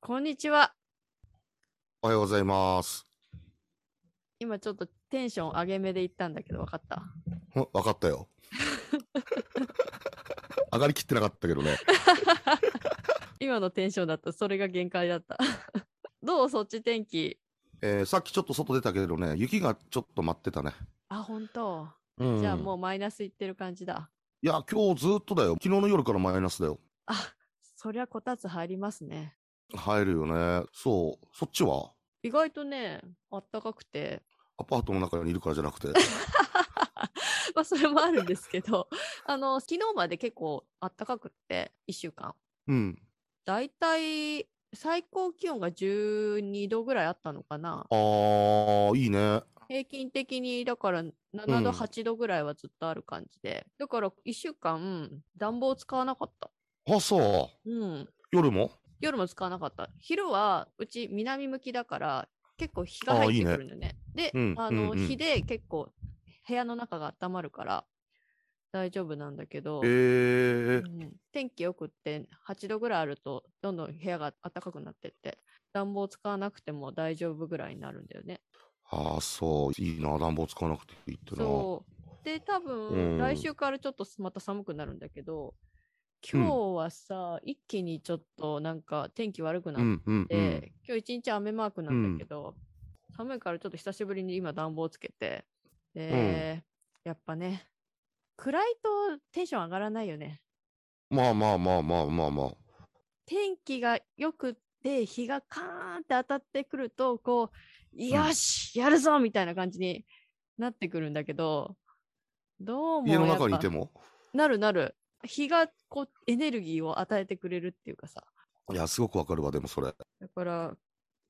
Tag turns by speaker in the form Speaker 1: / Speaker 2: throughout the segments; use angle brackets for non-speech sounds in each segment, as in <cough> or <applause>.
Speaker 1: こんにちは。
Speaker 2: おはようございます。
Speaker 1: 今ちょっとテンション上げ目で言ったんだけど分かった。
Speaker 2: んわかったよ。上がりきってなかったけどね。
Speaker 1: 今のテンションだとそれが限界だった。 <laughs> どうそっち天気。
Speaker 2: えーさっきちょっと外出たけどね、雪がちょっと待ってたね。
Speaker 1: あ、本当。
Speaker 2: う
Speaker 1: じゃあも
Speaker 2: う。
Speaker 1: うマイナスいってる感じだ。
Speaker 2: いや、今日ずっとだよ。昨日の夜からマイナスだよ。
Speaker 1: あ、そりゃこたつ入りますね。
Speaker 2: 入るよね。そう。そっちは
Speaker 1: 意外とね、あったかくて。 <laughs>
Speaker 2: アパートの中にいるからじゃなくて。
Speaker 1: まあそれもあるんですけど、 <laughs> あの、昨日まで結構あったかくって、1週間。
Speaker 2: うん。
Speaker 1: だいたい最高気温が12度ぐらいあったのかな。
Speaker 2: あー、いいね。
Speaker 1: 平均的にだから7度、8度ぐらいはずっとある感じで、だから1週間暖房使わなかった、
Speaker 2: あ、そう。
Speaker 1: うん、
Speaker 2: 夜も
Speaker 1: 夜も使わなかった昼はうち南向きだから結構日が入ってくるんだよねで、
Speaker 2: うん
Speaker 1: あの
Speaker 2: うんうん
Speaker 1: 日で結構部屋の中が温まるから大丈夫なんだけど、
Speaker 2: えー
Speaker 1: う。ん天気よくって8度ぐらいあるとどんどん部屋が暖かくなってって暖房使わなくても大丈夫ぐらいになるんだよね
Speaker 2: あー、そう。いいな。暖房使わなくていいってな。
Speaker 1: そう。で、多分、
Speaker 2: うん
Speaker 1: 来週からちょっとまた寒くなるんだけど、
Speaker 2: うん
Speaker 1: 今日はさ、一気にちょっとなんか天気悪くな
Speaker 2: う
Speaker 1: っ
Speaker 2: んうん
Speaker 1: て、
Speaker 2: うん。
Speaker 1: 今日一日雨マークなんだけど、寒いからちょっと久しぶりに今暖房つけて、で、やっぱね、暗いとテンション上がらないよね。
Speaker 2: まあまあまあまあまあまあ。
Speaker 1: 天気が良くって、日がカーンって当たってくると、こう、よし、やるぞみたいな感じになってくるんだけど、どうも
Speaker 2: 家の
Speaker 1: やっ
Speaker 2: 中にい
Speaker 1: ぱ
Speaker 2: ても
Speaker 1: なるなる。日がこうエネルギーを与えてくれるっていうかさ。
Speaker 2: いや、すごくわかるわ、でもそれ。
Speaker 1: だから、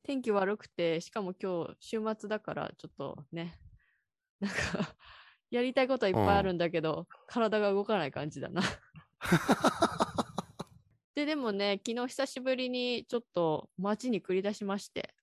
Speaker 1: 天気悪くて、しかも今日週末だから、ちょっとね、なんか、 <laughs> やりたいことはいっぱいあるんだけど、体が動かない感じだな。で、でもね、昨日久しぶりにちょっと街に繰り出しまして、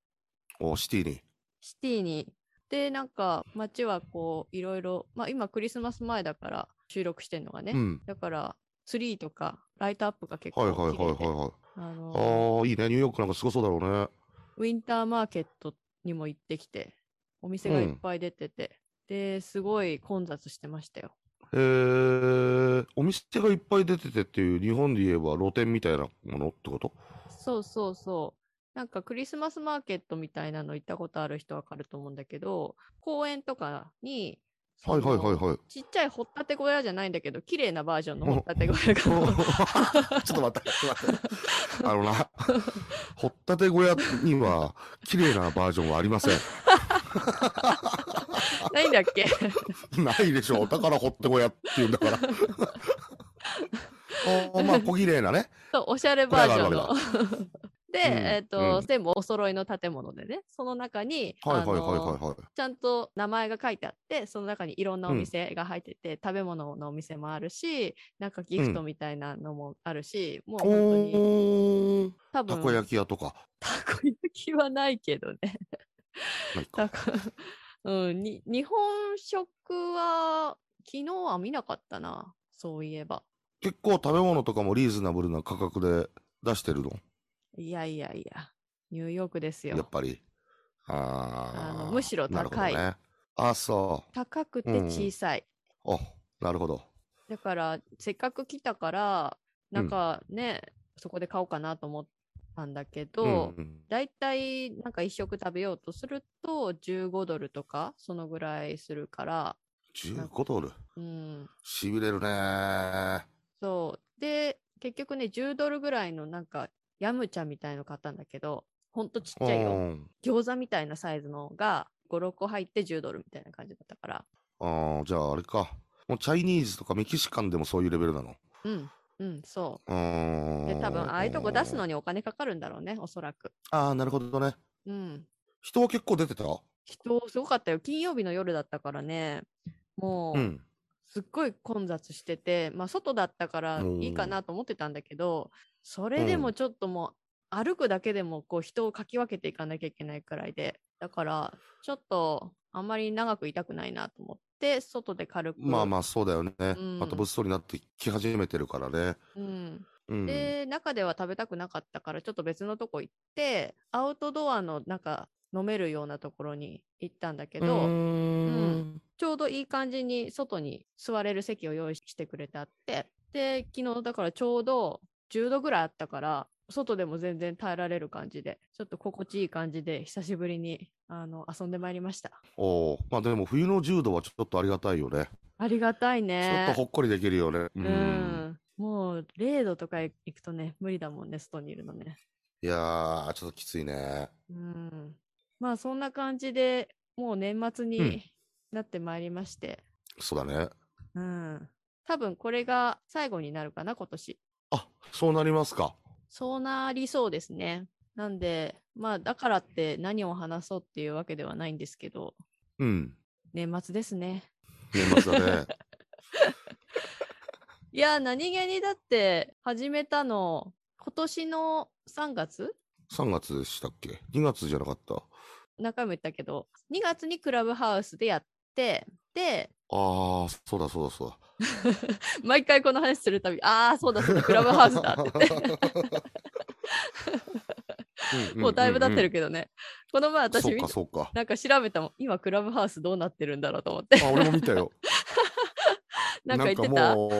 Speaker 2: おシティに。
Speaker 1: シティに。で、なんか街はこう、いろいろ、まあ今クリスマス前だから収録してんのがね、
Speaker 2: うん。
Speaker 1: だから、ツリーとかライトアップが結
Speaker 2: はい
Speaker 1: 構
Speaker 2: はい
Speaker 1: 綺麗
Speaker 2: はい
Speaker 1: で、
Speaker 2: はいはい。
Speaker 1: あ
Speaker 2: あ
Speaker 1: の
Speaker 2: ー、いいね。ニューヨークなんかすごそうだろうね。
Speaker 1: ウィンターマーケットにも行ってきて、お店がいっぱい出てて、で、すごい混雑してましたよ。
Speaker 2: えー、お店がいっぱい出ててっていう、日本で言えば露店みたいなものってこと
Speaker 1: そうそうそう。なんかクリスマスマーケットみたいなの行ったことある人わかると思うんだけど、公園とかに、
Speaker 2: はいはいはい
Speaker 1: その
Speaker 2: はい。
Speaker 1: ちっちゃい掘ったて小屋じゃないんだけど、綺麗なバージョンの掘ったて小屋
Speaker 2: <laughs> ちょ
Speaker 1: が。
Speaker 2: っと待って、ちょっと待って。あのな、掘ったて小屋には、綺麗なバージョンはありま
Speaker 1: <laughs>
Speaker 2: せん。
Speaker 1: <laughs> ないんだっけ
Speaker 2: ないでしょう。だから掘って小屋って言うん
Speaker 1: <laughs>
Speaker 2: だから。あーまあ、小綺麗なね。
Speaker 1: そう、おしゃれバージョン
Speaker 2: こ
Speaker 1: の。 <laughs> で、
Speaker 2: うん
Speaker 1: えっ、と、
Speaker 2: うん
Speaker 1: 全部お揃いの建物でね、その中に、
Speaker 2: はいはいはい
Speaker 1: あの
Speaker 2: はいはい。
Speaker 1: ちゃんと名前が書いてあって、その中にいろんなお店が入ってて、食べ物のお店もあるし、なんかギフトみたいなのもあるし、もう本当に、
Speaker 2: おー。
Speaker 1: 多
Speaker 2: た
Speaker 1: 分
Speaker 2: こ焼き屋とか。
Speaker 1: たこ焼きはないけど
Speaker 2: <laughs>
Speaker 1: ね。
Speaker 2: ないか
Speaker 1: たこうん、に日本食は、昨日は見なかったな、そういえば。
Speaker 2: 結構食べ物とかもリーズナブルな価格で出してるの
Speaker 1: いやいやいや、ニューヨークです
Speaker 2: やっ
Speaker 1: よ。
Speaker 2: ぱり。あー
Speaker 1: あのむしろ
Speaker 2: なるほど
Speaker 1: 高い
Speaker 2: ね、あそ
Speaker 1: 高くて
Speaker 2: うん
Speaker 1: 小さい。
Speaker 2: う。おなるほど。
Speaker 1: だから、せっかく来たから、なんかね、そこで買おうかなと思ったんだけど、
Speaker 2: うん
Speaker 1: だいたいなんか一食食べようとすると15ドルとかそのぐらいするから、
Speaker 2: 15ドル。
Speaker 1: うん、
Speaker 2: しびれるねー。
Speaker 1: そう。で、結局ね、10ドルぐらいのなんかヤムチャみたいの買ったんだけど、ほんとちっちゃいよ。
Speaker 2: うん
Speaker 1: 餃子みたいなサイズのが5、6個入って10ドルみたいな感じだったから。
Speaker 2: あーじゃああれか。もうチャイニーズとかメキシカンでもそういうレベルなの。
Speaker 1: うん、うん、そうう。
Speaker 2: ー
Speaker 1: で、
Speaker 2: ん。
Speaker 1: 多分ああいうとこ出すの。にお金かかるんだろうね、おそらく。
Speaker 2: ああ、なるほどね。
Speaker 1: うん。
Speaker 2: 人は結構出てた
Speaker 1: 人すごかったよ。金曜日の夜だったからね、もう、
Speaker 2: ん。
Speaker 1: すっごい混雑してて、まあ、外だったからいいかなと思ってたんだけど、それでもちょっともう歩くだけでもこう人をかき分けていかなきゃいけないくらいでだからちょっとあんまり長くいたくないなと思って外で軽く
Speaker 2: まあまあそうだよね。
Speaker 1: うん
Speaker 2: また物騒になってき始めてるからね。
Speaker 1: うん、
Speaker 2: うん。
Speaker 1: で、中では食べたくなかったから、ちょっと別のとこ行って、アウトドアのなんか飲めるようなところに行ったんだけ
Speaker 2: うー
Speaker 1: ど、
Speaker 2: ん
Speaker 1: ちょうどいい感じに外に座れる席を用意してくれてあって、で、昨日だからちょうど10度ぐらいあったから、外でも全然耐えられる感じで、ちょっと心地いい感じで、久しぶりにあの遊んでまいりました。
Speaker 2: おーまあでも冬の10度はちょっとありがたいよね。
Speaker 1: ありがたい
Speaker 2: ちょっと
Speaker 1: ね。
Speaker 2: ほっこりできるよね。う。
Speaker 1: うんん。もう0度とか行くとね、無理だもんね、外にいるのね。
Speaker 2: いやー、ちょっときついね。
Speaker 1: うん。まあそんな感じでもう年末
Speaker 2: うん
Speaker 1: になってまいりまして、
Speaker 2: そうだね。
Speaker 1: うん。多分これが最後になるかな、今年。
Speaker 2: あ、そうなりますか。
Speaker 1: そうなりそうですね。なんで、まあ、だからって何を話そうっていうわけではないんですけど、
Speaker 2: うん。
Speaker 1: 年末ですね。
Speaker 2: 年末だね。
Speaker 1: <laughs> いや、何気にだって始めたの、今年の3月
Speaker 2: 3月でしたっけ ?2 月じゃなかった。あ
Speaker 1: 何回も言ったけど、2月にクラブハウスでやって、で、
Speaker 2: あ、そうだそうだそうだ。
Speaker 1: 毎回この話するたび、ああ、そうだそうだ、クラブハウ
Speaker 2: <laughs>
Speaker 1: スだって言って、もうだいぶ経ってる
Speaker 2: け
Speaker 1: けどね。この前私
Speaker 2: そう
Speaker 1: 見
Speaker 2: か
Speaker 1: た、
Speaker 2: そうか。
Speaker 1: なんか調べたもん、今クラブハウスどうなってるんだろうと思って、
Speaker 2: あ、俺も見たよ。
Speaker 1: なんか言って
Speaker 2: な
Speaker 1: た
Speaker 2: んもう、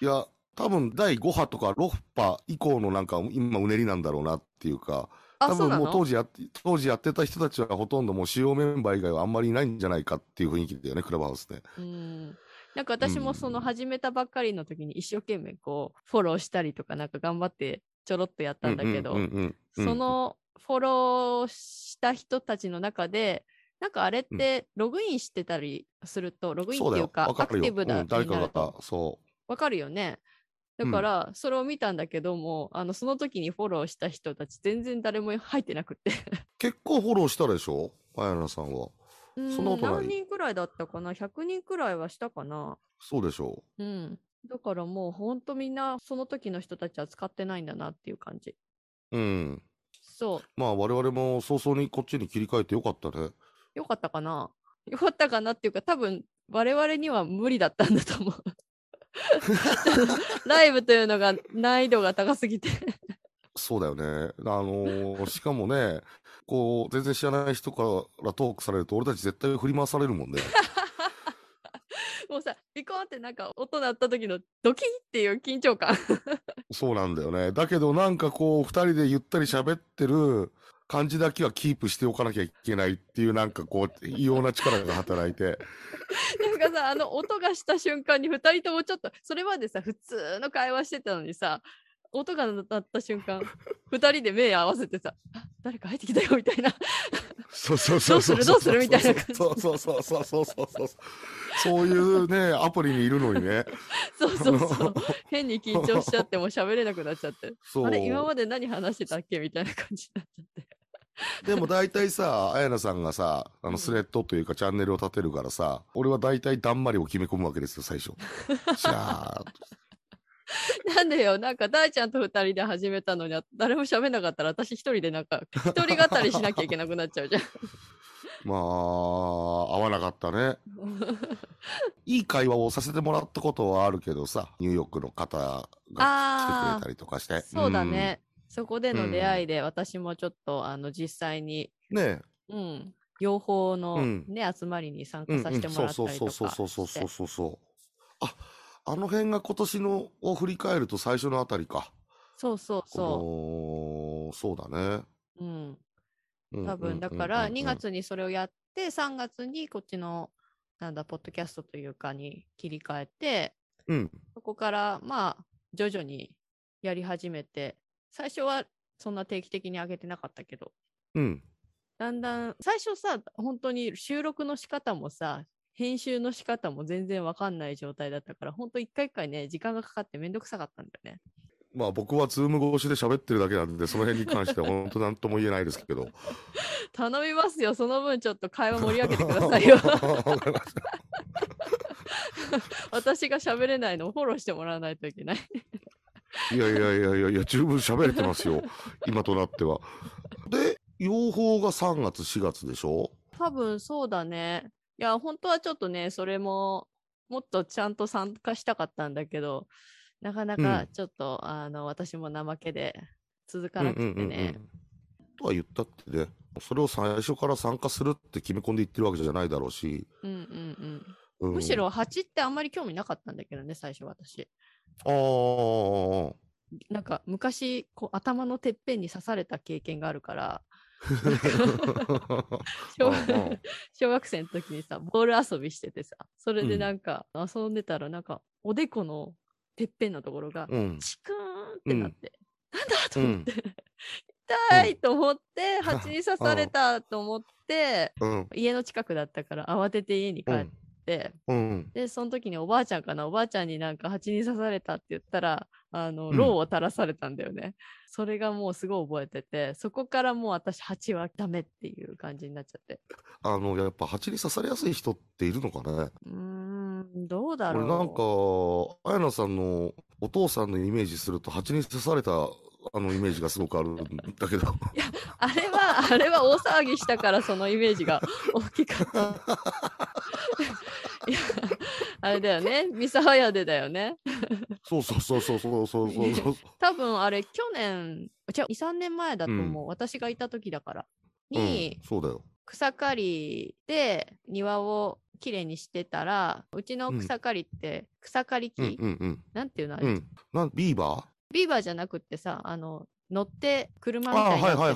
Speaker 2: いや、多分第5波とか6波以降のなんか今うねりなんだろうなっていうか、
Speaker 1: あ、
Speaker 2: 多
Speaker 1: そう
Speaker 2: 分
Speaker 1: な
Speaker 2: もう
Speaker 1: の
Speaker 2: 当時やって、当時やってた人たちはほとんどもう主要メンバー以外はあんまりいないんじゃないかっていう雰囲気だよね、クラブハウスね。
Speaker 1: うんなんか私もその
Speaker 2: うん
Speaker 1: 始めたばっかりの時に一生懸命こうフォローしたりとかなんか頑張ってちょろっとやったんだけど、
Speaker 2: うんうんうんうん
Speaker 1: そ、のフォローした人たちの中でなんかあれってログインしてたりすると、ログイン
Speaker 2: そ
Speaker 1: っ
Speaker 2: うだ
Speaker 1: ていう
Speaker 2: よ。
Speaker 1: か
Speaker 2: わ
Speaker 1: ア
Speaker 2: る
Speaker 1: ク
Speaker 2: よ
Speaker 1: ティブな
Speaker 2: うん
Speaker 1: にな
Speaker 2: 誰
Speaker 1: ると
Speaker 2: かが、そ
Speaker 1: わかるよね。だ
Speaker 2: うん
Speaker 1: からそれを見たんだけども、あのその時にフォローした人たち全然誰も入ってなくて
Speaker 2: う。結構フォローしたでしょ綾菜さんは。
Speaker 1: うん
Speaker 2: そんなことない
Speaker 1: 何人くらいだったかな100人くらいはしたかな
Speaker 2: そうでしょ
Speaker 1: うん。だからもうほんとみんなその時の人たちは使ってないんだなっていう感じ。
Speaker 2: う。うん。
Speaker 1: そ
Speaker 2: まあ我々も早々にこっちに切り替えてよかったね。
Speaker 1: う。よかったかな <laughs> よかったかなっていうか多分我々には無理だったんだと思う。 <laughs> ライブというのが難易度が高すぎて。 <laughs>
Speaker 2: そうだよね。あのーしかもね、こう、全然知らない人からトークされると、俺たち絶対振り回されるもんね。
Speaker 1: もうさ、ピコンってなんか音鳴った時のドキッっていう緊張感。 <laughs>
Speaker 2: そうなんだよね。だけどなんかこう、二人でゆったり喋ってる感じだけはキープしておかなきゃいけないっていう、なんかこう、異様な力が働いて。
Speaker 1: なんかさ、あの音がした瞬間に2人ともちょっと、それまでさ、普通の会話してたのにさ、音が鳴った瞬間、2人で目合わせてさ、あ誰か入ってきたよみたいな。
Speaker 2: そうそうそうそう。
Speaker 1: どうするどうするみたいな感じ
Speaker 2: そうそうそうそうそうそうそう。そういうね、アプリにいるのにね。
Speaker 1: そうそう
Speaker 2: <laughs>
Speaker 1: そう。変に緊張しちゃって、もう喋れなくなっちゃって。
Speaker 2: そう。
Speaker 1: あれ、今まで何話してたっけみたいな感じになっちゃって。
Speaker 2: でも大体さ、あやなさんがさ、あ
Speaker 1: うん
Speaker 2: のスレッドというかチャンネルを立てるからさ、俺は大体だんまりを決め込むわけですよ、
Speaker 1: <laughs>
Speaker 2: 最初。じゃあ、
Speaker 1: なんでよ、なんか大ちゃんと二人で始めたのに、あ誰も喋んなかったら、私一人でなん
Speaker 2: <laughs>
Speaker 1: か、一人語りしなきゃいけなくなっちゃうじゃん。
Speaker 2: まあ、合わなかったね。いい会話をさせてもらったことはあるけどさ、ニューヨークの方が来てく
Speaker 1: あ
Speaker 2: れたりとかし
Speaker 1: あ、
Speaker 2: て。
Speaker 1: そうだ
Speaker 2: ん。
Speaker 1: ね。そこでの出
Speaker 2: うん
Speaker 1: 会いで、私もちょっと、あの、実際に、
Speaker 2: ね
Speaker 1: うん、養蜂
Speaker 2: う
Speaker 1: の
Speaker 2: ん
Speaker 1: ね、集まりに参
Speaker 2: え。う
Speaker 1: 加さ
Speaker 2: んう
Speaker 1: せ
Speaker 2: ん
Speaker 1: ても
Speaker 2: そ
Speaker 1: ら
Speaker 2: う
Speaker 1: った
Speaker 2: そ
Speaker 1: りと
Speaker 2: う
Speaker 1: かして。
Speaker 2: そうそうそうそうそうそう。あ、あの辺が今年のを振り返ると最初のあたりか。
Speaker 1: そうそうそ
Speaker 2: このそうだね。
Speaker 1: う。うん。
Speaker 2: うん
Speaker 1: 多
Speaker 2: うんうんうんうん
Speaker 1: 分だから2月にそれをやって3月にこっちのなんだポッドキャストというかに切り替えて
Speaker 2: うん。
Speaker 1: そこからまあ徐々にやり始めて最初はそんな定期的に上げてなかったけど
Speaker 2: うん。
Speaker 1: だんだん最初さ本当に収録の仕方もさ編集の仕方も全然わかんない状態だったから本当一回一回ね時間がかかってめんどくさかったんだよね。
Speaker 2: まあ僕はズーム越しで喋ってるだけなんで、その辺に関しては本当なんとも言えないですけど。
Speaker 1: 頼みますよその分ちょっと会話盛り上げてください
Speaker 2: <laughs>
Speaker 1: よ私が喋れないのをフォローしてもらわないといけない。
Speaker 2: いやいやいやいやいや、十分喋れてますよ。今となっては。で、養蜂が3月、4月でしょ
Speaker 1: 多分そうだね。いや、本当はちょっとね、それも、もっとちゃんと参加したかったんだけど、なかな
Speaker 2: う
Speaker 1: か
Speaker 2: ん
Speaker 1: ちょっと、あの私も怠けで続
Speaker 2: う
Speaker 1: か
Speaker 2: んう
Speaker 1: なんくてね、
Speaker 2: うんうんとは言ったってね、それを最初から参加するって決め込んでいってるわけじゃないだろうし、
Speaker 1: うんうんうん
Speaker 2: うん
Speaker 1: むしろ蜂ってあんまり興味なかったんだけどね最初私
Speaker 2: あー
Speaker 1: なんか昔こう頭のてっぺんに刺された経験があるから小 <laughs> 小学生の時にさボール遊びしててさそれでなんか遊んでたらなんかおでこのてっぺんのところが
Speaker 2: うんうん
Speaker 1: チクーンってなって、なんだと
Speaker 2: う
Speaker 1: 思っ
Speaker 2: ん
Speaker 1: て、痛いと思って蜂に刺されたと思って
Speaker 2: うん
Speaker 1: 家の近くだったから慌てて家に帰
Speaker 2: う
Speaker 1: っ
Speaker 2: ん
Speaker 1: て、
Speaker 2: うん
Speaker 1: で、その時におばあちゃんかな、おばあちゃんになんか蜂に刺されたって言ったら、あの、
Speaker 2: うん
Speaker 1: ローを垂らされたんだよね。それがもうすごい覚えてて、そこからもう私、蜂はダメっていう感じになっちゃって。
Speaker 2: あのやっぱ蜂に刺されやすい人っているのかね
Speaker 1: うーん、どうだろ
Speaker 2: 俺
Speaker 1: う。
Speaker 2: なんか綾菜さんのお父さんのイメージすると蜂に刺されたあのイメージがすごくあるんだ
Speaker 1: <laughs>
Speaker 2: けど
Speaker 1: あれは、あれは大騒ぎしたから、そのイメージが大きか
Speaker 2: <laughs>
Speaker 1: った。いや、あれだよね。ミサハヤでだよね。
Speaker 2: そうそうそうそうそうそうそうそう
Speaker 1: 多分あれ、去年、じゃ2、3年前だと思う。私がいた時だから。に、
Speaker 2: うん、そうだよ
Speaker 1: 草刈りで庭をきれいにしてたらうちの
Speaker 2: うん
Speaker 1: 草刈りって草刈り機、
Speaker 2: うんうんうん
Speaker 1: なんていうのあれ、
Speaker 2: うんなんビーバー
Speaker 1: ビーバーじゃなくってさあの乗って車み
Speaker 2: あ
Speaker 1: た
Speaker 2: あ
Speaker 1: いに
Speaker 2: はい
Speaker 1: な
Speaker 2: は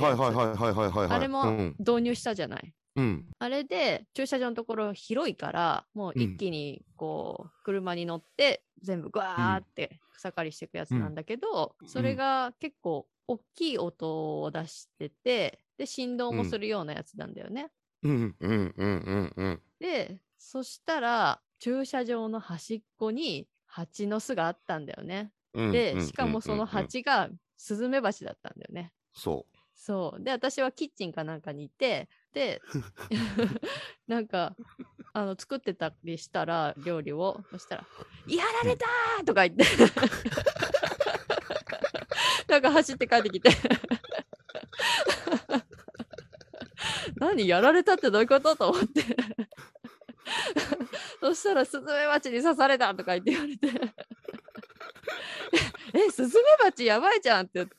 Speaker 1: っ
Speaker 2: い
Speaker 1: てる
Speaker 2: は
Speaker 1: やつ
Speaker 2: いはいはいはいはいはい
Speaker 1: あれ
Speaker 2: う
Speaker 1: も
Speaker 2: ん
Speaker 1: 導入したじゃない、
Speaker 2: うん
Speaker 1: あれで駐車場のところ広いからもう一気にこう車に乗って全部グワーって草刈りしていくやつなんだけど、
Speaker 2: うん
Speaker 1: それが結構大きい音を出しててで振動もするようなやつなんだよね。
Speaker 2: うんうんうんうんうん
Speaker 1: で、そしたら、駐車場の端っこに蜂の巣があったんだよね。
Speaker 2: うん
Speaker 1: で
Speaker 2: う、ん
Speaker 1: しかもその
Speaker 2: うんうんうん
Speaker 1: 蜂がスズメバチだったんだよね。
Speaker 2: そ
Speaker 1: そう。で、私はキッチンかなんかにいて、で、 <laughs> なんか、あの、作ってたりしたら、料理を、そしたら、やられたーとか言って、 <laughs> なんか走って帰ってき <laughs> て、何やられたってどういうことと思って。 <laughs> そしたら、スズメバチに刺されたとか言って言われて、 <laughs> え、スズメバチやばいじゃんって言って。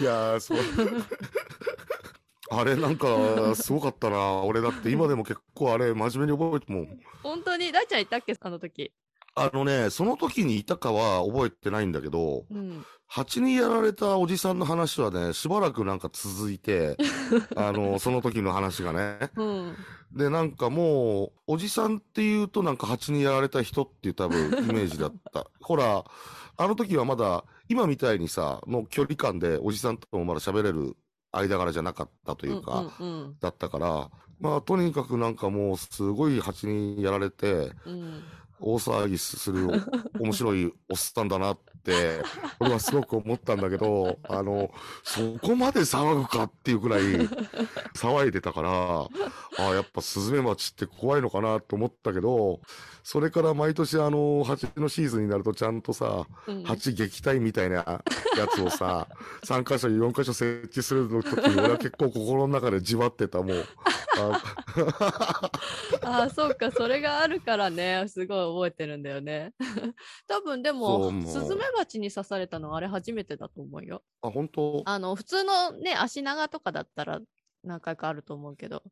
Speaker 2: ういやーそう <laughs> あれなんかすごかったな俺だって今でも結構あれ真面目に覚えてもん
Speaker 1: 本当に大ちゃんいたっけあの時。
Speaker 2: あのねその時にいたかは覚えてないんだけど
Speaker 1: うん。
Speaker 2: 蜂にやられたおじさんの話はねしばらくなんか続いてあのその時の話がね
Speaker 1: うん。
Speaker 2: でなんかもうおじさんっていうとなんか蜂にやられた人っていう多分イメージだった <laughs> ほらあの時はまだ今みたいにさの距離感でおじさんともまだ喋れる間柄じゃなかったというか、
Speaker 1: うん
Speaker 2: だったからまあとにかくなんかもうすごい蜂にやられて
Speaker 1: うんうん。
Speaker 2: 大騒ぎす
Speaker 1: <laughs>
Speaker 2: るお面白いおっさんだなって俺はすごく思ったんだけどあのそこまで騒ぐかっていうくらい騒いでたからあやっぱスズメバチって怖いのかなと思ったけどそれから毎年あの蜂のシーズンになるとちゃんとさ
Speaker 1: うん。
Speaker 2: 蜂撃退みたいなやつをさ3箇所4箇所設置するの時に俺は結構心の中でじわってたもう。あ
Speaker 1: ああ、そうか、それがあるからね、すごい覚えてるんだよね。 <laughs> 多分で
Speaker 2: そう
Speaker 1: も
Speaker 2: もう
Speaker 1: スズメバチに刺されたのはあれ初めてだと思うよ。
Speaker 2: あ本当
Speaker 1: あの、普通のね、足長とかだったら何回かあると思うけど。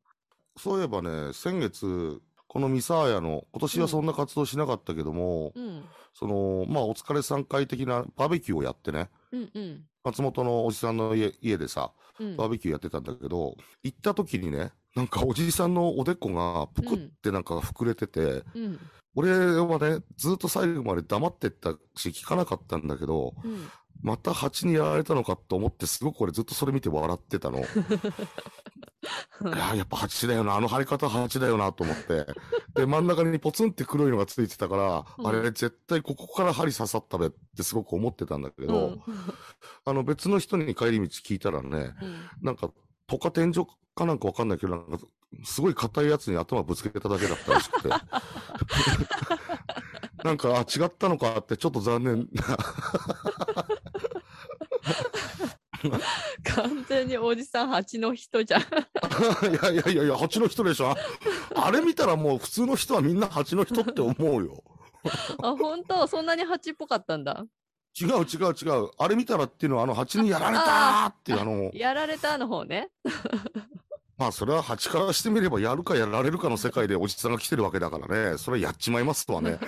Speaker 2: そういえばね、先月、このミサーヤの、今年はそんな活動しなかったけども、
Speaker 1: うん。
Speaker 2: その、まあ、お疲れさん会的なバーベキューをやってね、
Speaker 1: うんうん。
Speaker 2: 松本のおじさんの家家でさ、
Speaker 1: うん
Speaker 2: バーベキューやってたんだけど、行った時にね、なんかおじさんのおでこがぷくってなんか膨れてて、
Speaker 1: うん
Speaker 2: 俺はね、ずっと最後まで黙ってったし、聞かなかったんだけど、
Speaker 1: うん。
Speaker 2: また蜂にやられたのかと思って、すごく俺ずっとそれ見て笑ってたの。いやーやっぱ蜂だよな、あの張り方蜂だよなと思って。で、真ん中にポツンって黒いのがついてたから、
Speaker 1: うん
Speaker 2: あれ、絶対ここから針刺さったべってすごく思ってたんだけ
Speaker 1: う
Speaker 2: ど、
Speaker 1: ん
Speaker 2: あの別の人に帰り道聞いたらね、
Speaker 1: うん
Speaker 2: なんか、とか天井かなんかわかんないけど、なんか、すごい硬いやつに頭ぶつけただけだったらしく
Speaker 1: <laughs>
Speaker 2: て。なんか、あ、違ったのかってちょっと残念 <laughs> な。
Speaker 1: 完全におじさん蜂の人じゃん。
Speaker 2: いやいやいやいや、蜂の人でしょ。あれ見たらもう普通の人はみんな蜂の人って思うよ。
Speaker 1: あ、本当そんなに蜂っぽかったんだ。
Speaker 2: 違う違う違う。あれ見たらっていうのは、あの、蜂にやられたーっていう、あの、
Speaker 1: やられたの方ね。
Speaker 2: まあ、それは蜂からしてみれば、やるかやられるかの世界でおじさんが来てるわけだからね、それはやっちまいますとはね。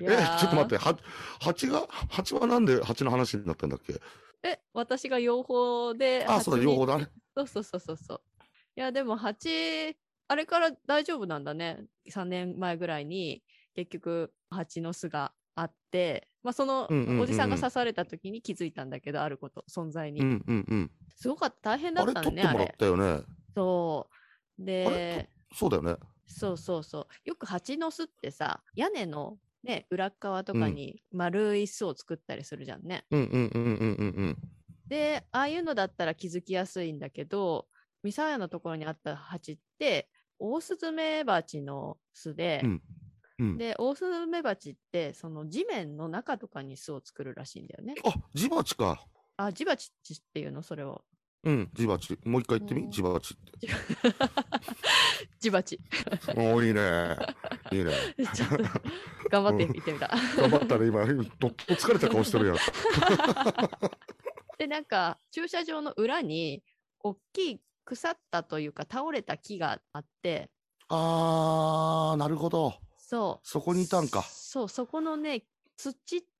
Speaker 1: い
Speaker 2: え、
Speaker 1: やー
Speaker 2: ちょっと待って、は蜂が、蜂はなんで蜂の話になったんだっけ
Speaker 1: え、私が養蜂で。
Speaker 2: あ、そう
Speaker 1: 蜂
Speaker 2: だ、
Speaker 1: に
Speaker 2: 両方だね。
Speaker 1: そうそうそうそうそう。いや、でも蜂、あれから大丈夫なんだね。3年前ぐらいに、結局、蜂の巣があって、まあ、その
Speaker 2: うんうんうんうん
Speaker 1: おじさんが刺された時に気づいたんだけど、あること、存在
Speaker 2: う
Speaker 1: に。
Speaker 2: んうんうん。
Speaker 1: すごかった、大変だ
Speaker 2: あ
Speaker 1: っ
Speaker 2: れ
Speaker 1: た
Speaker 2: 取
Speaker 1: のね、
Speaker 2: って
Speaker 1: あ
Speaker 2: もらっ
Speaker 1: れ。
Speaker 2: たよね。
Speaker 1: そう。
Speaker 2: あれ
Speaker 1: で、
Speaker 2: そうだよね。
Speaker 1: そうそうそう。よく蜂の巣ってさ、屋根の、ね、裏っ側とか
Speaker 2: うん
Speaker 1: に丸い巣を作ったりするじゃんね。
Speaker 2: うんうんうんうんうんうん。
Speaker 1: で、ああいうのだったら気づきやすいんだけど、ミサヤのところにあった蜂って、オオスズメバチの巣で、
Speaker 2: うんうん、
Speaker 1: で、オオスズメバチって、その地面の中とかに巣を作るらしいんだよね。
Speaker 2: あ、ジバチか。
Speaker 1: あ、ジバチっていうのそれを。
Speaker 2: うん、ジバチ。もう一回言って
Speaker 1: う
Speaker 2: み、
Speaker 1: ん
Speaker 2: ジバチって。
Speaker 1: ジバチ。 <laughs>
Speaker 2: おーいいね。いいね。
Speaker 1: ち
Speaker 2: <laughs>
Speaker 1: ょっと、頑張って言ってみた。
Speaker 2: 頑張ったね、今。どっと疲れた顔してるやん。
Speaker 1: で、なんか、駐車場の裏に、大きい腐ったというか、倒れた木があって、
Speaker 2: <laughs> あー、なるほど。
Speaker 1: そう。
Speaker 2: そこにいたんか。
Speaker 1: そう、そこのね、土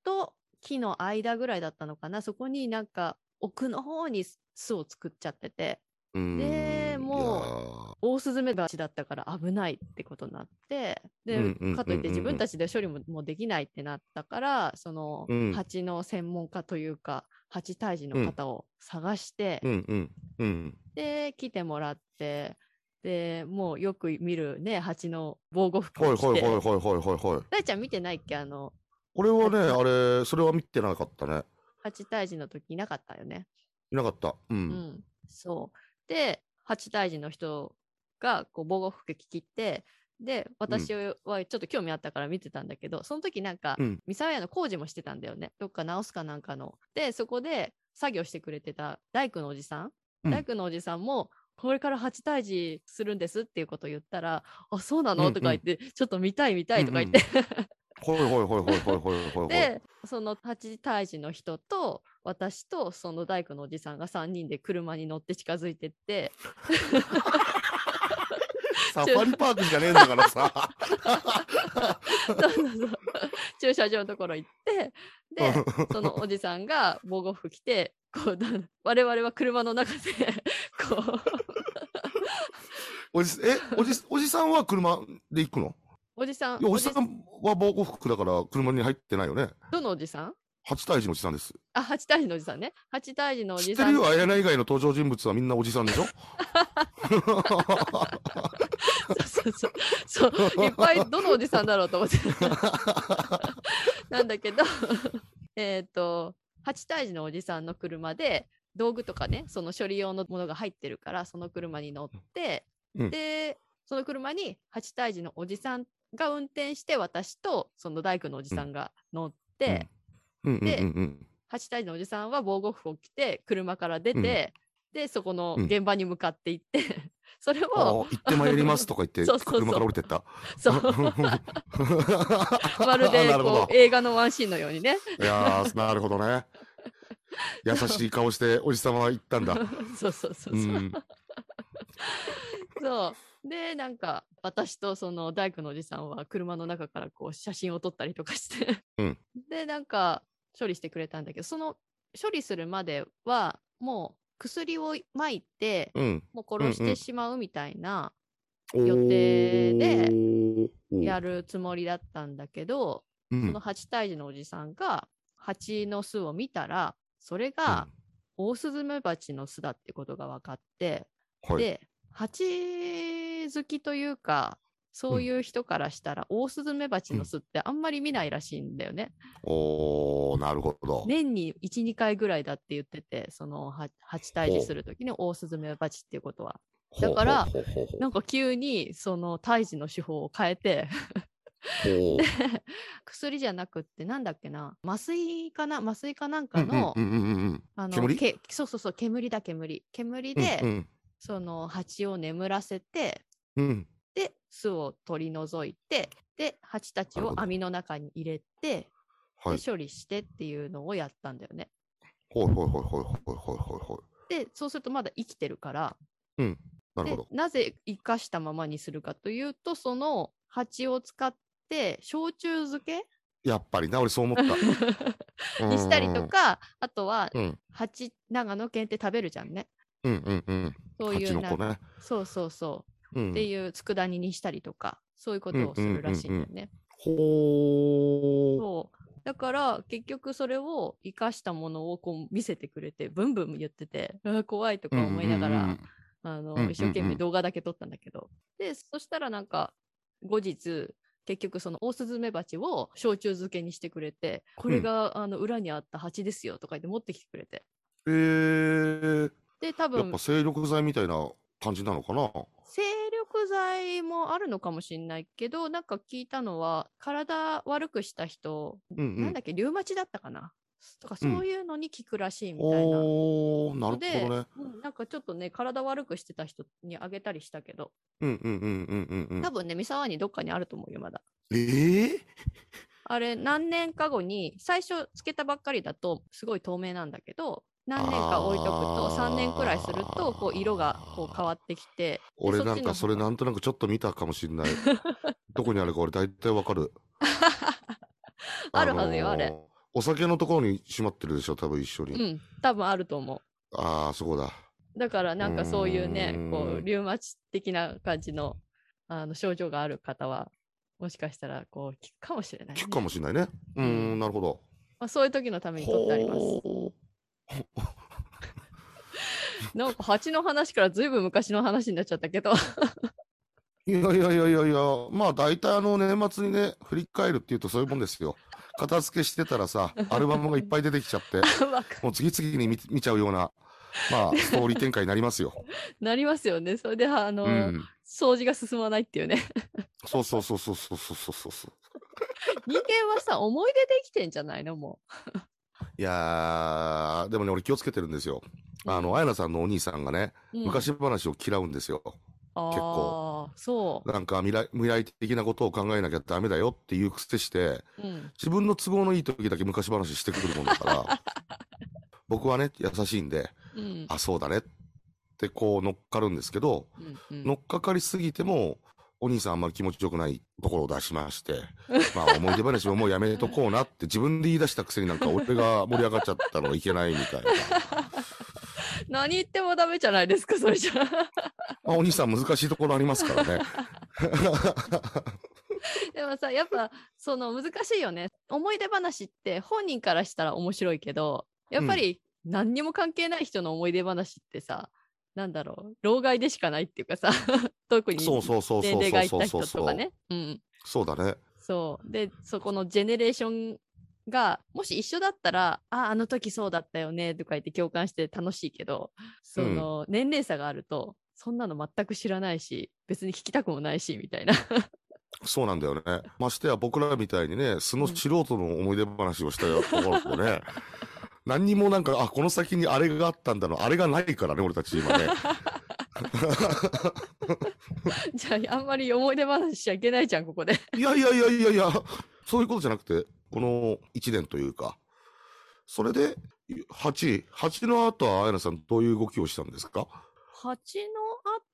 Speaker 1: と木の間ぐらいだったのかな。そこになんか奥の方に巣を作っちゃってて、
Speaker 2: うーん
Speaker 1: でも
Speaker 2: う。
Speaker 1: オオスズメバチだったから危ないってことになって、で、
Speaker 2: うんうんうんうん
Speaker 1: かといって自分たちで処理ももうできないってなったから、その、
Speaker 2: うん
Speaker 1: 蜂の専門家というか、蜂退治の方を探して、
Speaker 2: うんうんうん。
Speaker 1: で、来てもらって、で、もうよく見るね、蜂の防護服
Speaker 2: はいは
Speaker 1: を
Speaker 2: い
Speaker 1: 着て。
Speaker 2: はいはいはいはいはい。
Speaker 1: 大ちゃん見てないっけあの、
Speaker 2: 俺はね、あれ、それは見てなかったね。
Speaker 1: 蜂退治の時いなかったよね。
Speaker 2: いなかった。う。
Speaker 1: うんん、そう。で、八大臣の人がこう防護服着切って、で、私はちょっと興味あったから見てたんだけど、その時なんか、
Speaker 2: うん
Speaker 1: ミサワヤの工事もしてたんだよね。どっか直すかなんかの。で、そこで作業してくれてた大工のおじさん、
Speaker 2: うん
Speaker 1: 大工のおじさんも、これから八退治するんですっていうことを言ったら、あ、そうな
Speaker 2: うんう
Speaker 1: の
Speaker 2: ん
Speaker 1: とか言って、ちょっと見たい見たいとか言って、
Speaker 2: はいはいはいはいはいはいはい。、
Speaker 1: で、その八大臣の人と、私とその大工のおじさんが3人で車に乗って近づいてって、
Speaker 2: サファリパークじゃねえんだからさ。 <laughs>
Speaker 1: そうそうそう駐車場のところ行ってでそのおじさんが防護服着てこうだ我々は車の中でこう
Speaker 2: おじ、え、おじ、おじさんは車で行くの
Speaker 1: おじさ
Speaker 2: い
Speaker 1: ん
Speaker 2: や、お
Speaker 1: お
Speaker 2: じ
Speaker 1: じ
Speaker 2: さんは防護服だから車に入ってないよね。
Speaker 1: どのおじさん
Speaker 2: 八大臣のおじさんです。
Speaker 1: あ八大臣のおじさんね八大臣のお
Speaker 2: 知
Speaker 1: じ
Speaker 2: って
Speaker 1: さ
Speaker 2: る
Speaker 1: ん
Speaker 2: よ、あやな以外の登場人物はみんなおじさんでし
Speaker 1: <laughs>
Speaker 2: ょ
Speaker 1: そうそうそうそういっぱいどのおじさんだろうと思ってなんだけどえっと八大臣のおじさんの車で道具とかねその処理用のものが入ってるからその車に乗って、
Speaker 2: うん
Speaker 1: でその車に八大臣のおじさんが運転して私とその大工のおじさんが乗って、
Speaker 2: うんうんうんうん。
Speaker 1: 八大臣のおじさんは防護服を着て車から出て、でそこの
Speaker 2: うん
Speaker 1: 現場に向かって行って、それ
Speaker 2: ああ
Speaker 1: を
Speaker 2: 行ってまいりますとか言っ
Speaker 1: <laughs>
Speaker 2: て、
Speaker 1: そうそうそう
Speaker 2: 車から降りてった。 <laughs>
Speaker 1: そうまるで
Speaker 2: なるほ
Speaker 1: こう。
Speaker 2: ど
Speaker 1: 映画のワンシーンのようにね。
Speaker 2: いやー、なるほどね。優しい顔して、おじさまは言ったんだ。
Speaker 1: <laughs> そうそうそうそう。
Speaker 2: うん。
Speaker 1: そうでなんか私とその大工のおじさんは車の中からこう写真を撮ったりとかして、
Speaker 2: うん
Speaker 1: でなんか処理してくれたんだけどその処理するまではもう薬をまいて
Speaker 2: うん。
Speaker 1: もう殺し
Speaker 2: うんう
Speaker 1: て
Speaker 2: ん
Speaker 1: しまうみたいな <laughs>
Speaker 2: 予
Speaker 1: 定でや
Speaker 2: る。
Speaker 1: るつもりだったんだけど、
Speaker 2: う
Speaker 1: そ
Speaker 2: ん
Speaker 1: の。八退治のおじさんが蜂の巣を見たらそれがオオスズメバチの巣だってことが分かって。
Speaker 2: はい、
Speaker 1: で蜂好きというかそういう人からしたら、オオスズメバチの巣ってあんまり見ないらしいんだよね。
Speaker 2: おー、なるほど。
Speaker 1: 年に1、2回ぐらいだって言ってて、そのは蜂退治するときにオオスズメバチっていうことは。だから
Speaker 2: ほうほうほう
Speaker 1: なんか急にその退治の手法を変えて、 <laughs>
Speaker 2: ほう
Speaker 1: 薬じゃなくってなんだっけな、麻酔かな麻酔かなん
Speaker 2: う
Speaker 1: か
Speaker 2: んうん
Speaker 1: の、
Speaker 2: うんうんうん
Speaker 1: あの
Speaker 2: 煙
Speaker 1: けそうそうそう、煙だ煙。煙
Speaker 2: うん
Speaker 1: で、
Speaker 2: うん
Speaker 1: その蜂を眠らせて、
Speaker 2: うん
Speaker 1: で巣を取り除いてで蜂たち
Speaker 2: なるほ
Speaker 1: を
Speaker 2: ど
Speaker 1: 網の中に入れて
Speaker 2: は
Speaker 1: で
Speaker 2: い。
Speaker 1: 処理してっていうのをやったんだよね。
Speaker 2: ほいほいほいほいほいほいほいほい。
Speaker 1: でそうするとまだ生きてるから
Speaker 2: うん。なる
Speaker 1: で
Speaker 2: ほど。
Speaker 1: なぜ生かしたままにするかというとその蜂を使って焼酎漬け
Speaker 2: やっぱりな、俺そう思った。うん
Speaker 1: に <laughs> したりと。かあとは
Speaker 2: うん。
Speaker 1: 蜂長野県って食べるじゃんね
Speaker 2: うんうんうん。
Speaker 1: そうい
Speaker 2: 蜂
Speaker 1: う
Speaker 2: の
Speaker 1: な
Speaker 2: 子ね。
Speaker 1: そうそうそううっ
Speaker 2: ん
Speaker 1: て。いう佃煮にしたりとかそういうことをするらしいんだよね。
Speaker 2: ほー。
Speaker 1: そうだから結局それを生かしたものをこう見せてくれてブンブン言っててうわ怖いとか思いながら、
Speaker 2: うんうんうん
Speaker 1: あの、
Speaker 2: うんうんうん
Speaker 1: 一生懸命動画だけ撮ったんだけど。で、そしたらなんか、後日、結局そのオオスズメバチを焼酎漬けにしてくれて、これが、あの裏にあった蜂ですよとか言って持ってきてくれて。
Speaker 2: えー。
Speaker 1: で、多
Speaker 2: やっ
Speaker 1: 分
Speaker 2: ぱ、精力剤みたいな感じなのかな
Speaker 1: 精力剤もあるのかもしれないけど、なんか聞いたのは、体悪くした人、
Speaker 2: うんう
Speaker 1: なん
Speaker 2: ん
Speaker 1: だ。っけ、リュウマチだったかなとか、
Speaker 2: うん
Speaker 1: そういうのに効くらしいみたいな。
Speaker 2: おー、なる
Speaker 1: で
Speaker 2: ほどね。
Speaker 1: うんなんかちょっとね、体悪くしてた人にあげたりしたけど、
Speaker 2: うんうんうんうんうんう
Speaker 1: 多
Speaker 2: ん。
Speaker 1: 分ね、三沢にどっかにあると思うよ、まだ。
Speaker 2: えー
Speaker 1: あれ何年か後に最初つけたばっかりだとすごい透明なんだけど何年か置いとくと
Speaker 2: あー
Speaker 1: 3年くらいするとこう色がこう変わってきて
Speaker 2: 俺なんかそれなんんとなくちょっと見たかもし
Speaker 1: <laughs>
Speaker 2: んない。どこにあるか俺大体わかる。
Speaker 1: あるはずよあ
Speaker 2: の
Speaker 1: れ
Speaker 2: ーお酒のところにしまってるでしょ、多分一緒に。
Speaker 1: うん多分あると思
Speaker 2: ああ、そこだ。
Speaker 1: うだからなんかそういうね
Speaker 2: うーん
Speaker 1: こうリウマチ的な感じのあの症状がある方はもしかしたらこう効くかもしれないね、
Speaker 2: 聞くかもしんないね。うーん、なるほど。
Speaker 1: まあ、そういう時のために取ってあります
Speaker 2: ほ
Speaker 1: なんか蜂の話からずいぶん昔の話になっちゃったけど <laughs>
Speaker 2: ういやいやいやいやいや、まあ大体あの年末にね、振り返るっていうとそういうもんですよ。片付けしてたらさ、アルバムがいっぱい出てきちゃって、
Speaker 1: わか
Speaker 2: もう次々に見見ちゃうような、まあストーリー展開になり <laughs> ますよ。
Speaker 1: なりますよねそれであの、
Speaker 2: うん。
Speaker 1: 掃除が進まないっていうね <laughs>
Speaker 2: そうそうそうそうそうそうそうそう。
Speaker 1: 人間はさ、思い出できてんじゃないのも
Speaker 2: いやー、でもね、俺気をつけてるんですよ。あの、あやなさんのお兄さんがね、
Speaker 1: う、
Speaker 2: 昔話を嫌うんですよ。
Speaker 1: 構。そう。
Speaker 2: なんか未来、未来的なことを考えなきゃダメだよっていう癖して、
Speaker 1: うん、
Speaker 2: 自分の都合のいい時だけ昔話してくるもんだ <laughs> から、僕はね、優しいんで、
Speaker 1: うん、
Speaker 2: あ、そうだねってこう乗っかるんですけど、
Speaker 1: うんうん
Speaker 2: 乗っかかりすぎても、お兄さんあんまり気持ちよくないところを出しまして、
Speaker 1: <laughs>
Speaker 2: まあ思い出話ももうやめとこうなって自分で言い出したくせになんか俺が盛り上がっちゃったのがいけないみたいな。
Speaker 1: 何言ってもダメじゃないですか、それじゃ。
Speaker 2: まあ、お兄さん難しいところありますから
Speaker 1: <laughs>
Speaker 2: ね。
Speaker 1: でもさ、やっぱ、その難しいよね。思い出話って本人からしたら面白いけど、やっぱり何にも関係ない人の思い出話ってさ、なんだろう、老害でしかないっていうかさ、 <laughs> 特に
Speaker 2: そうそうそう
Speaker 1: 年
Speaker 2: そう
Speaker 1: 齢がいっ
Speaker 2: そう
Speaker 1: た
Speaker 2: そ
Speaker 1: 人
Speaker 2: うそ
Speaker 1: と
Speaker 2: う
Speaker 1: か。ね。うん。
Speaker 2: そうだね。
Speaker 1: そう。で、そこのジェネレーションが、もし一緒だったら、あ、あの時そうだったよね、とか言って共感して楽しいけど、その、年齢差があると、そんなの全く知らないし、別に聞きたくもないし、みたいな。
Speaker 2: そうなんだよね。ましてや僕らみたいにね、素の素人の思い出話をしたよところで
Speaker 1: <laughs>
Speaker 2: ね、何にもなんか、あ、この先にあれがあったんだの、あれがないからね、俺たち今ね。
Speaker 1: <laughs> じゃあ、あんまり思い出話しちゃいけないじゃん、ここで。
Speaker 2: いやいやいやいやいや、そういうことじゃなくて、この1年というか、それで、8、8の後は、あやなさん、どういう動きをしたんですか
Speaker 1: <laughs> 蜂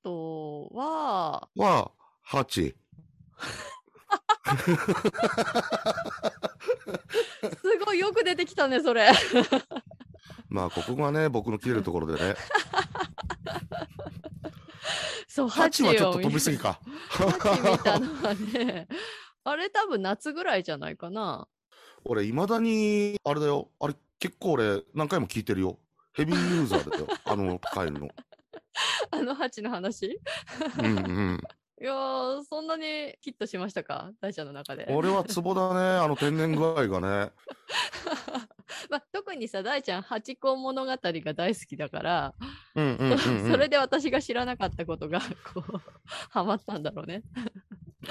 Speaker 1: の後は、
Speaker 2: は、8。
Speaker 1: すごいよく出てきたね、それ。
Speaker 2: まあ、ここがね、僕の切れるところ
Speaker 1: <laughs>
Speaker 2: でね。
Speaker 1: <laughs> そう、
Speaker 2: 8
Speaker 1: 蜂
Speaker 2: はちょ
Speaker 1: を
Speaker 2: っと
Speaker 1: 見
Speaker 2: 飛びすぎか。
Speaker 1: 蜂見たのはね、あれ多分夏ぐらいじゃないかな。
Speaker 2: 俺、いまだに、あれだよ。あれ、結構俺、何回も聞いてるよ。ヘビーユーザ
Speaker 1: <laughs>
Speaker 2: ーだよ。あの回の。
Speaker 1: <laughs> あの蜂の話
Speaker 2: うんうん。
Speaker 1: いやー、そんなにヒットしましたか大ちゃんの中で。
Speaker 2: 俺はツボだね。あの天然具合がね。
Speaker 1: まあ、特にさ、大ちゃん、八甲物語が大好きだから、
Speaker 2: うんうんうん、うん。
Speaker 1: <laughs> それで私が知らなかったことが、こう、ハマったんだろうね。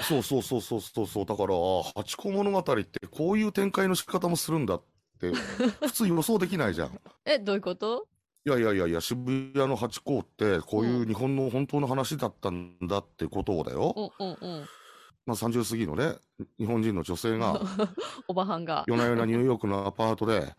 Speaker 2: そうそうそうそうそうそう。だから、あー八個物語ってこういう展開の仕方もするんだって、普通予想できないじゃん。
Speaker 1: え、どういうこと
Speaker 2: いやいやいやいや、渋谷のハチ公って、こういうう日本の本当の話だったんだってことをだよ。
Speaker 1: うんうんうん。
Speaker 2: まあ30過ぎのね、日本人の女性が、
Speaker 1: おばはんが。
Speaker 2: 夜な夜なニューヨークのアパートで、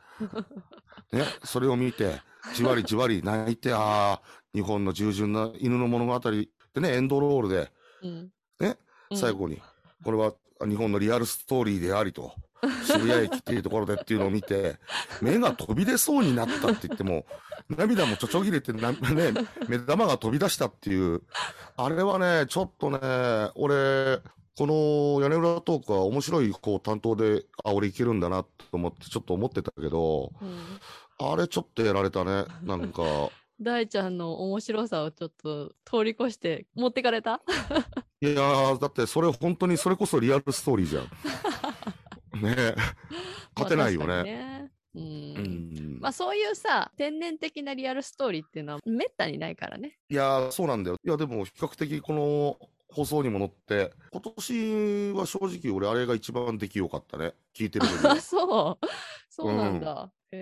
Speaker 2: ね、それを見て、じわりじわり泣いて、ああ、日本の従順な犬の物語でね、エンドロールで、
Speaker 1: うん
Speaker 2: ね
Speaker 1: うん
Speaker 2: 最後に、これは日本のリアルストーリーであ
Speaker 1: <laughs>
Speaker 2: りと、渋谷駅っていうところでっていうのを見て、目が飛び出そうになったって言っても、涙もちょちょぎれてな、 <laughs> ね、目玉が飛び出したっていう、あれはね、ちょっとね、俺、この屋根裏トークは面白いこう担当で、あ、俺いけるんだなと思って、ちょっと思ってたけど、
Speaker 1: うん
Speaker 2: あれちょっとやられたね。なんか、
Speaker 1: 大ちゃんの面白さをちょっと通り越して持ってかれた
Speaker 2: いやー、だってそれ本当にそれこそリアルストーリーじゃん。
Speaker 1: <laughs>
Speaker 2: ねえ。 <laughs> 勝てないよ
Speaker 1: まあ
Speaker 2: ね。
Speaker 1: 確かにね
Speaker 2: う
Speaker 1: うん
Speaker 2: ん
Speaker 1: まあそういうさ天然的なリアルストーリーっていうのはめったにないからね。 <laughs>
Speaker 2: いやー、そうなんだよ。いや、でも比較的この放送にも載って、今年は正直俺あれが一番出来良かったね。聞いてるけ
Speaker 1: あそうそうなんだ。 <laughs> へ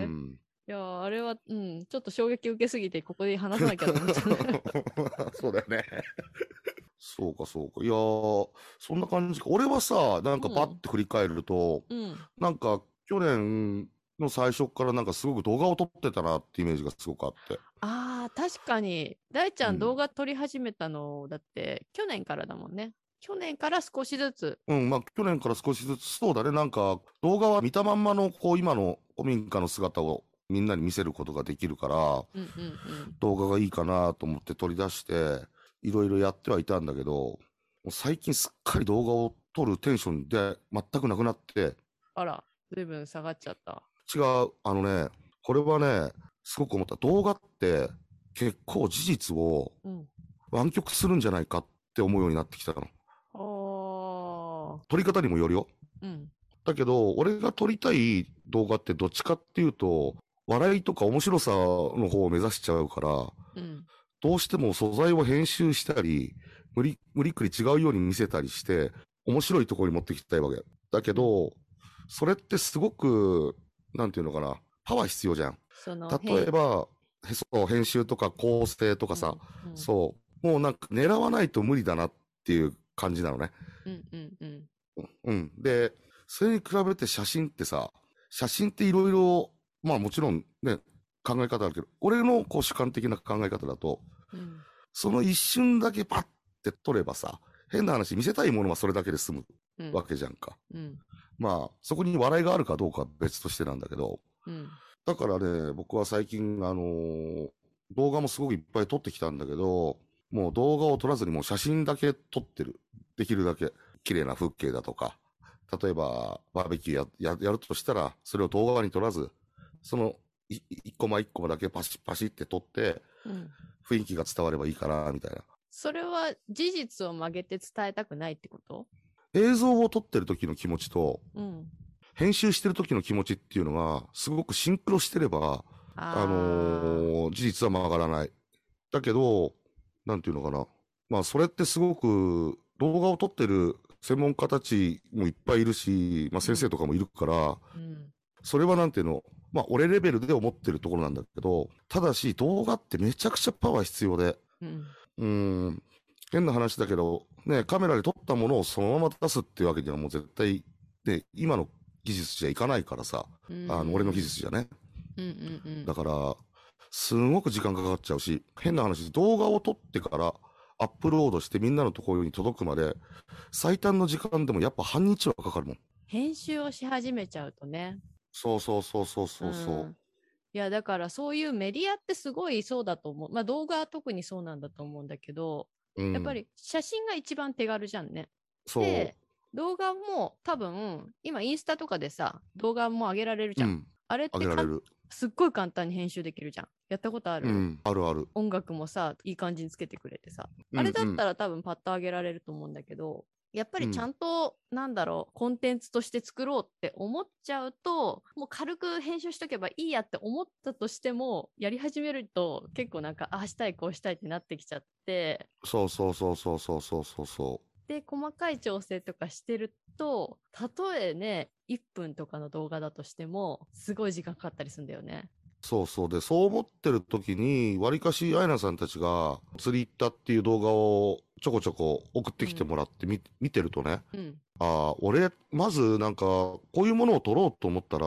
Speaker 2: う
Speaker 1: え、
Speaker 2: ん。 <laughs>
Speaker 1: いやーあれは、うん、ちょっと衝撃受けすぎてここで話さなきゃと思っちゃ
Speaker 2: <laughs>
Speaker 1: った
Speaker 2: そうだよね。そうか、そうか。いやー、そんな感じか。俺はさ、なんかパッて振り返ると、
Speaker 1: うん
Speaker 2: なんか去年の最初からなんかすごく動画を撮ってたなってイメージがすごくあって。
Speaker 1: あー確かに大ちゃ
Speaker 2: うん
Speaker 1: ん動画撮り始めたのだって、去年からだもんね去年から少しずつ
Speaker 2: うん、まあ去年から少しずつ、そうだね、なんか動画は見たまんまのこう今の古民家の姿をみんなに見せることができるから、
Speaker 1: うんうんうん
Speaker 2: 動画がいいかなと思って取り出して、いろいろやってはいたんだけど、もう最近すっかり動画を撮るテンションで全くなくなって、
Speaker 1: あら随分下がっちゃった
Speaker 2: 違う、あのね、これはね、すごく思った。動画って結構事実を
Speaker 1: うん
Speaker 2: 湾曲するんじゃないかって思うようになってきたの。
Speaker 1: あー
Speaker 2: 撮り方にもよるよ。
Speaker 1: うん
Speaker 2: だけど、俺が撮りたい動画ってどっちかっていうと、笑いとか面白さの方を目指しちゃうから、
Speaker 1: うん
Speaker 2: どうしても素材を編集したり、無理、無理くり違うように見せたりして、面白いところに持ってきたいわけ。だけど、それってすごく、なんていうのかな、パワー必要じゃん。
Speaker 1: その
Speaker 2: 例えば、へそう編集とか構成とかさ、、
Speaker 1: うんうん
Speaker 2: そう、もうなんか狙わないと無理だなっていう感じなのね。
Speaker 1: うんうんうん
Speaker 2: うん。で、それに比べて写真ってさ、写真っていろいろ、まあもちろんね、考え方あるけど、俺のこう主観的な考え方だと、
Speaker 1: うん
Speaker 2: その一瞬だけパッて撮ればさ、変な話、見せたいものはそれだけで済む
Speaker 1: うん
Speaker 2: わけじゃんか。
Speaker 1: うん
Speaker 2: まあ、そこに笑いがあるかどうかは別としてなんだけど、
Speaker 1: うん
Speaker 2: だからね、僕は最近、あのー動画もすごくいっぱい撮ってきたんだけど、もう動画を撮らずにもう写真だけ撮ってる。できるだけ綺麗な風景だとか、例えばバーベキューやややるとしたら、それを動画に撮らず、そのいい一コマ一コマだけパシッパシッって撮って、
Speaker 1: うん
Speaker 2: 雰囲気が伝わればいいかな、みたいな。
Speaker 1: それは事実を曲げて伝えたくないってこと
Speaker 2: 映像を撮ってる時の気持ちと、
Speaker 1: うん
Speaker 2: 編集してる時の気持ちっていうのが、すごくシンクロしてれば、
Speaker 1: あ
Speaker 2: あのー事実は曲がらない。だけど、なんていうのかな。まあ、それってすごく、動画を撮ってる専門家たちもいっぱいいるし、まあ、先生とかもいるから、
Speaker 1: ーうん
Speaker 2: それはなんていうの、まあ、俺レベルで思ってるところなんだけど、ただし、動画ってめちゃくちゃパワー必要で、
Speaker 1: うん
Speaker 2: うーん、変な話だけど、ね、カメラで撮ったものをそのまま出すっていうわけにはもう絶対、ね、今の技術じゃいかないからさ、
Speaker 1: うん
Speaker 2: あの、俺の技術じゃね。
Speaker 1: うんうんうん
Speaker 2: だから、すごく時間かかっちゃうし、変な話、動画を撮ってからアップロードしてみんなのところに届くまで、最短の時間でもやっぱ半日はかかるもん。
Speaker 1: 編集をし始めちゃうとね。
Speaker 2: そうそうそうそうそうそう。
Speaker 1: んいやだからそういうメディアってすごいそうだと思う。まあ動画は特にそうなんだと思うんだけど、
Speaker 2: うん
Speaker 1: やっぱ、り写真が一番手軽じゃんね。
Speaker 2: そう。
Speaker 1: で動画も多分今インスタとかでさ動画も上げられるじ
Speaker 2: う
Speaker 1: ゃん。
Speaker 2: ん、
Speaker 1: あれって
Speaker 2: あげら
Speaker 1: か
Speaker 2: れ
Speaker 1: ん
Speaker 2: る。
Speaker 1: すっごい簡単に編集できるじゃん。やったことある、
Speaker 2: うん、あるある。
Speaker 1: 音楽もさいい感じにつけてくれてさ。あれだったら多分パッと上げられると思うんだけど、やっぱ
Speaker 2: う
Speaker 1: り
Speaker 2: ん
Speaker 1: ちゃんと、なんだろう、コンテンツとして作ろうって思っちゃうと、もう軽く編集しとけばいいやって思ったとしても、やり始めると結構なんか、ああしたい、こうしたいってなってきちゃって、
Speaker 2: そうそうそうそうそうそうそうそ
Speaker 1: で、細かい調整とかしてると、たとえね、1分とかの動画だとしても、すごい時間かかったりするんだよね。
Speaker 2: そうそうで、そう思ってる時に、わりかしアイナさんたちが釣り行ったっていう動画をちょこちょこ送ってきてもらってみ、見てるとね、
Speaker 1: うん。
Speaker 2: ああ、俺、まずなんか、こういうものを撮ろうと思ったら、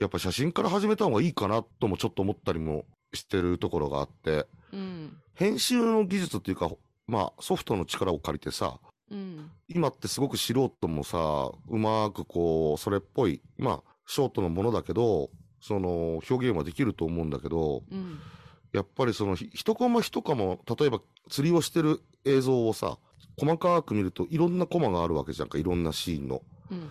Speaker 2: やっぱ写真から始めた方がいいかなともちょっと思ったりもしてるところがあって、
Speaker 1: うん。
Speaker 2: 編集の技術っていうか、まあソフトの力を借りてさ、
Speaker 1: うん。
Speaker 2: 今ってすごく素人もさ、うまくこう、それっぽい、まあ、ショートのものだけど、その、表現はできると思うんだけど、
Speaker 1: うん。
Speaker 2: やっぱりその、ひ一コマ一コマ、例えば釣りをしてる映像をさ、細かく見るといろんなコマがあるわけじゃんか、いろんなシーンの。
Speaker 1: うん。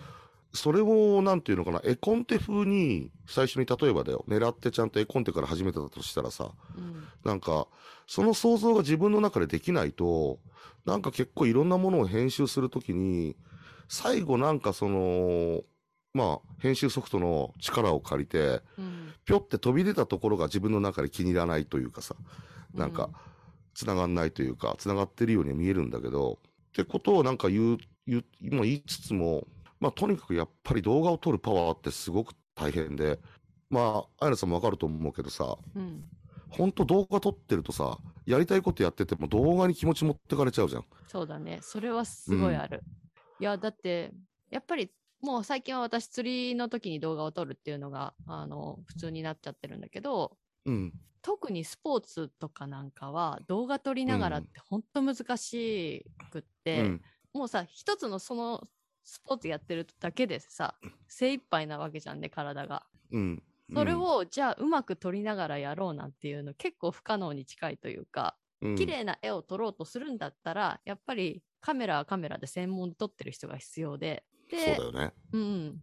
Speaker 2: それを、なんていうのかな、絵コンテ風に、最初に例えばだよ、狙ってちゃんと絵コンテから始めてたとしたらさ、
Speaker 1: うん。
Speaker 2: なんか、その想像が自分の中でできないと、なんか結構いろんなものを編集するときに、最後なんかその、まあ、編集ソフトの力を借りて、
Speaker 1: うん。
Speaker 2: ぴょって飛び出たところが自分の中で気に入らないというかさ、なんか、繋がんないというか、繋がってるように見えるんだけど、ってことをなんか言う、言う、今言いつつも、まあとにかくやっぱり動画を撮るパワーってすごく大変で、まあ、あやなさんもわかると思うけどさ、
Speaker 1: うん。
Speaker 2: ほんと動画撮ってるとさ、やりたいことやってても動画に気持ち持ってかれちゃうじゃん。
Speaker 1: そうだね。それはすごいある。いや、だって、やっぱり、もう最近は私釣りの時に動画を撮るっていうのが、あの、普通になっちゃってるんだけど、
Speaker 2: うん。
Speaker 1: 特にスポーツとかなんかは動画撮りながら
Speaker 2: う
Speaker 1: っ
Speaker 2: ん
Speaker 1: て本当難しくっ
Speaker 2: う
Speaker 1: て、
Speaker 2: ん。
Speaker 1: もうさ一つのそのスポーツやってるだけでさ精一杯なわけじゃんね体が。
Speaker 2: うん。
Speaker 1: それを、じゃあうまく撮りながらやろうなんていうの結構不可能に近いというか
Speaker 2: うん、
Speaker 1: 綺麗な絵を撮ろうとするんだったらやっぱりカメラはカメラで専門に撮ってる人が必要でで
Speaker 2: そうだよね。
Speaker 1: うんうん、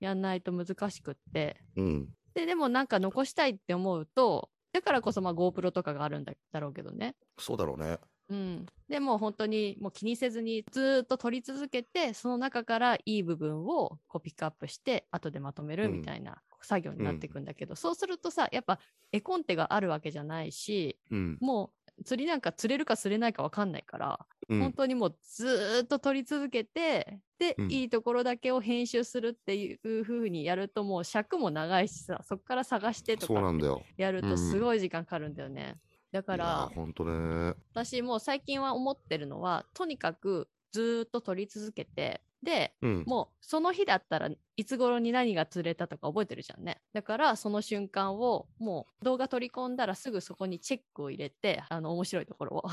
Speaker 1: やんないと難しくって
Speaker 2: うん。
Speaker 1: ででもなんか残したいって思うとだからこそまあ GoPro とかがあるんだだろうけどね。
Speaker 2: そうだろうね。
Speaker 1: うん、でもう本当にもう気にせずにずーっと撮り続けてその中からいい部分をこうピックアップして後でまとめるみたいな作業になっていくんだけど、そうするとさやっぱ絵コンテがあるわけじゃないし
Speaker 2: うん。
Speaker 1: もう釣りなんか釣れるか釣れないか分かんないから、
Speaker 2: うん
Speaker 1: 本当にもうずーっと撮り続けてで、
Speaker 2: うん
Speaker 1: いいところだけを編集するっていう風にやるともう尺も長いしさそこから探してと
Speaker 2: そうな
Speaker 1: か
Speaker 2: んだよ。
Speaker 1: やる
Speaker 2: う
Speaker 1: と
Speaker 2: ん
Speaker 1: すごい時間かかるんだよね。だか
Speaker 2: いや
Speaker 1: ら
Speaker 2: ー、ほんとね。
Speaker 1: 私もう最近は思ってるのはとにかくずーっと撮り続けてで
Speaker 2: うん。
Speaker 1: もうその日だったらいつ頃に何が釣れたとか覚えてるじゃんねだからその瞬間をもう動画取り込んだらすぐそこにチェックを入れてあの面白いところを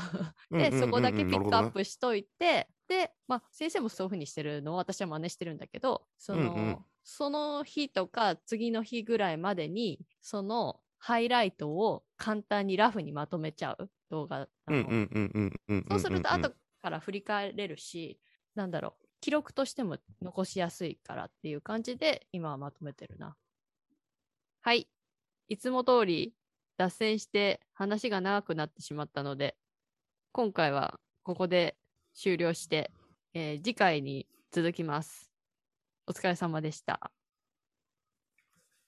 Speaker 1: で、そこだけピックアップしといてで、まあ、先生もそういうふうにしてるのを私は真似してるんだけどその、
Speaker 2: うんうん
Speaker 1: その日とか次の日ぐらいまでにそのハイライトを簡単にラフにまとめちゃう動画あ
Speaker 2: うん
Speaker 1: の
Speaker 2: うんうんうんうんうん。
Speaker 1: そうすると
Speaker 2: んんん
Speaker 1: 後から振り返れるし、なんだろう、記録としても残しやすいからっていう感じで、今はまとめてるな。はい。いつも通り脱線して話が長くなってしまったので、今回はここで終了して、えー次回に続きます。お疲れ様でした。